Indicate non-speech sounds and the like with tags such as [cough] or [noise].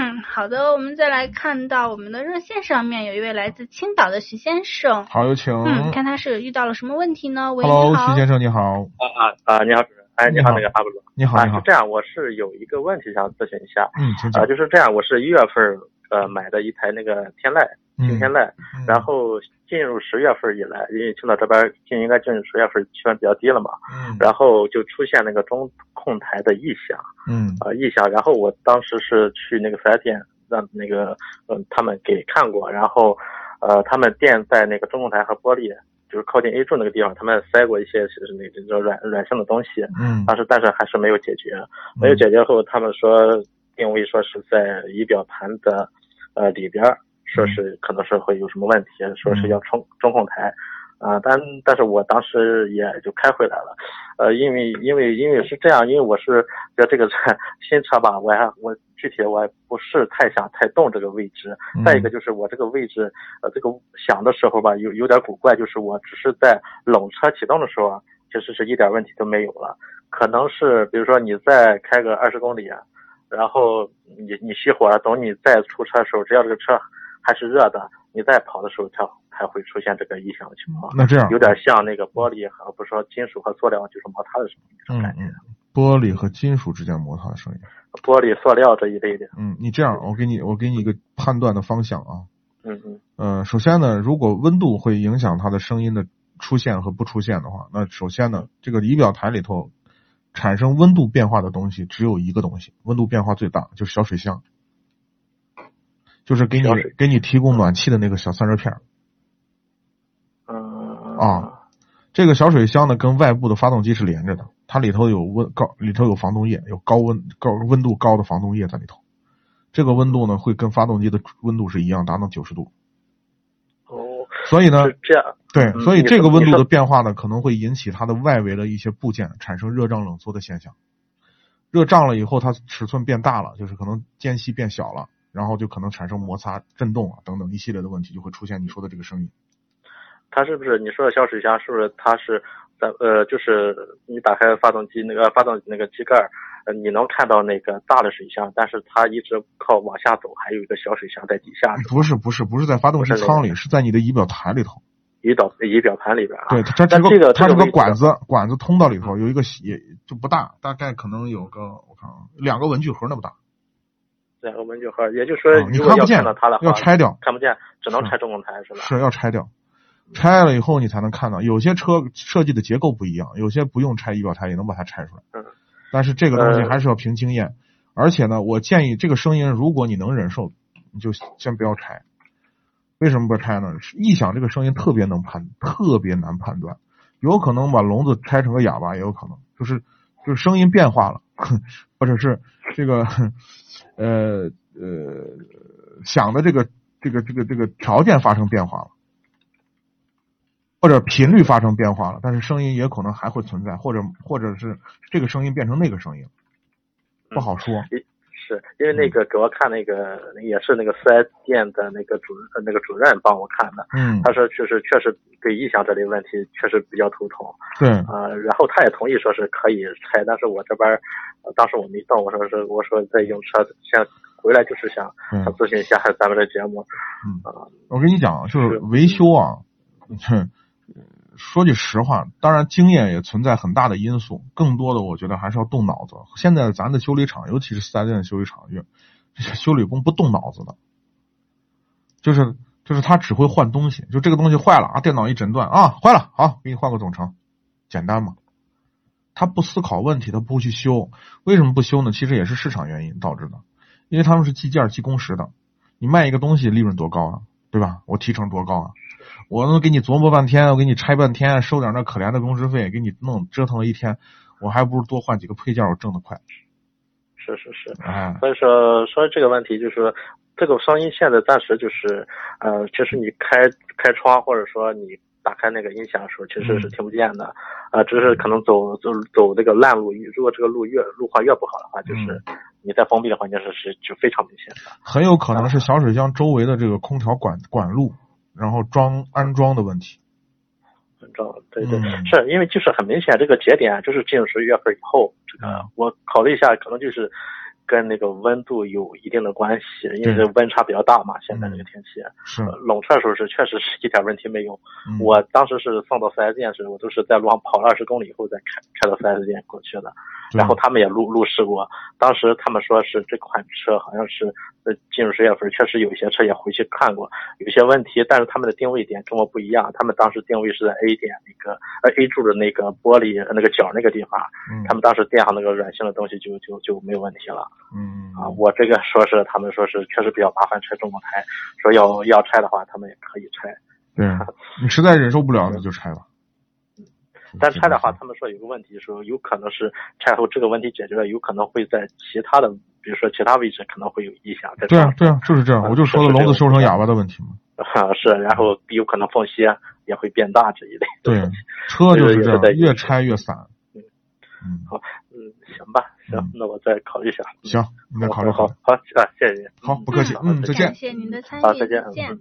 嗯好的，我们再来看到我们的热线上面有一位来自青岛的徐先生，好，有请。嗯，看他是遇到了什么问题呢？喂，你哦 Hello，好徐，先生，你好。啊啊啊！你好，主持人。哎，你你好好，那个哈布罗。你好，啊，你好是。这样，我是有一个问题想咨询一下嗯，请讲啊，。就是这样，我是一月份呃买的一台那个天籁，新啊天嗯，籁，嗯然后进入十月份以来，因为青岛这边进应该进入十月份气温比较低了嘛，嗯然后就出现那个中控台的异响嗯啊、异响，然后我当时是去那个四 S 店让那个嗯他们给看过，然后呃他们店在那个中控台和玻璃就是靠近 A 柱那个地方，他们塞过一些就是那个就是软软性的东西，嗯，当时但是还是没有解决。没有解决后，他们说定位说是在仪表盘的呃里边儿，说是可能是会有什么问题，说是要中中控台。啊、但但是我当时也就开回来了，呃，因为因为因为是这样，因为我是觉得这个车 [laughs] 新车吧，我还我具体我还不是太想太动这个位置，嗯再一个就是我这个位置，呃，这个响的时候吧，有有点古怪，就是我只是在冷车启动的时候啊，其实是一点问题都没有了。可能是比如说你再开个二十公里，啊然后你你熄火了，等你再出车的时候，只要这个车还是热的，你再跑的时候它才会出现这个异响的情况，嗯那这样有点像那个玻璃和不是说金属和塑料就是摩擦的声音这种嗯感觉，嗯，玻璃和金属之间摩擦的声音。玻璃、塑料这一类的。嗯，你这样，我给你我给你一个判断的方向啊。嗯嗯呃，首先呢，如果温度会影响它的声音的出现和不出现的话，那首先呢，这个仪表台里头产生温度变化的东西只有一个东西，温度变化最大就是小水箱，就是给你小水给你提供暖气的那个小散热片儿。嗯啊这个小水箱呢，跟外部的发动机是连着的，它里头有温高，里头有防冻液，有高温高温度高的防冻液在里头。这个温度呢，会跟发动机的温度是一样，达到九十度。哦所以呢，是这样。对，嗯所以你这说个温你度说的变化呢，可能会引起它的外围的一些部件产生热胀冷缩的现象。热胀了以后，它尺寸变大了，就是可能间隙变小了，然后就可能产生摩擦、震动啊等等一系列的问题，就会出现你说的这个声音。它是不是你说的小水箱？是不是它是在呃，就是你打开发动机那个发动机那个机盖儿，呃你能看到那个大的水箱，但是它一直靠往下走，还有一个小水箱在底下不是，不是，不是在发动机不是舱里，是在你的仪表台里头。仪表仪表盘里边啊。对，它只但是这个它这是个个嗯位置管子，管子通到里头，有一个也就不大，大概可能有个我看啊，两个文具盒那么大，两个文具盒，也就是说，啊你如果看不要见看到它的，话，要拆掉。看不见，只能是拆中控台是吧？是要拆掉，拆了以后你才能看到。有些车设计的结构不一样，有些不用拆仪表台也能把它拆出来。嗯但是这个东西呃还是要凭经验，而且呢，我建议这个声音，如果你能忍受，你就先不要拆。为什么不拆呢？是异响这个声音特别能判，特别难判断，有可能把聋子拆成个哑巴，也有可能，就是就是声音变化了， [laughs] 或者是这个呃呃响的这个这个这个这个条件发生变化了，或者频率发生变化了，但是声音也可能还会存在，或者或者是这个声音变成那个声音，不好说。是因为嗯那个给我看那个也是那个四 S 店的那个主任呃那个主任帮我看的，嗯，他说确实确实对异响这类问题确实比较头疼。对，呃，然后他也同意说是可以拆，但是我这边儿、呃当时我没动，我说是我说在用车先回来就是想嗯想咨询一下咱们这节目，我跟你讲啊，就是是维修啊，哼，说句实话，当然经验也存在很大的因素，更多的我觉得还是要动脑子。现在咱的修理厂，尤其是四 S 店的修理厂，越这些修理工不动脑子的，就是就是他只会换东西，就这个东西坏了啊，电脑一诊断啊，坏了，好，给你换个总成，简单嘛。他不思考问题，他不去修，为什么不修呢？其实也是市场原因导致的，因为他们是计件儿、计工时的，你卖一个东西利润多高啊，对吧？我提成多高啊？我能给你琢磨半天，我给你拆半天，收点那可怜的工时费，给你弄折腾了一天，我还不如多换几个配件，我挣得快。是是是，哎，所以说说这个问题就是说这个声音现在暂时就是呃，其实你开开窗或者说你打开那个音响的时候，其实是嗯听不见的，呃，只是可能走走走这个烂路，如果这个路越路况越不好的话，就是你在封闭的环境是是就非常明显的。很有可能是小水箱周围的这个空调管管路，然后装安装的问题。文章，对对，嗯是因为嗯啊就是很明显这个节点就是进入十一月份以后，这个我考虑一下，可能就是跟那个温度有一定的关系，因对为温差比较大嘛，现在这个嗯天气。是，呃冷却时候是确实是一点问题没有。嗯我当时是送到 4S 店时，我都是在路上跑了二十公里以后再开开到 4S 店过去的。对然后他们也路路试过，当时他们说是这款车好像是呃进入十月份，确实有一些车也回去看过，有些问题，但是他们的定位点跟我不一样，他们当时定位是在 A 点那个呃 A 柱的那个玻璃呃那个角那个地方，嗯他们当时垫上那个软性的东西就就就没有问题了。嗯啊，我这个说是他们说是确实比较麻烦拆中控台，说要要拆的话，他们也可以拆，对啊你实在忍受不了，那就拆吧。嗯嗯但拆的话，他们说有个问题说有可能是拆后这个问题解决了，有可能会在其他的，比如说其他位置可能会有异响，在这对啊样，对啊，就是这样，啊我就是说了是这聋子样修成哑巴的问题嘛。啊 [laughs] 是，然后有可能缝隙啊也会变大这一类。对，啊车就就是是这在样，越拆越散。嗯，嗯，行吧，行嗯，那我再考虑一下。嗯，行，你再考虑好考虑。好，好，啊谢谢您。好不客气好嗯再见感谢您的参与，好再见嗯见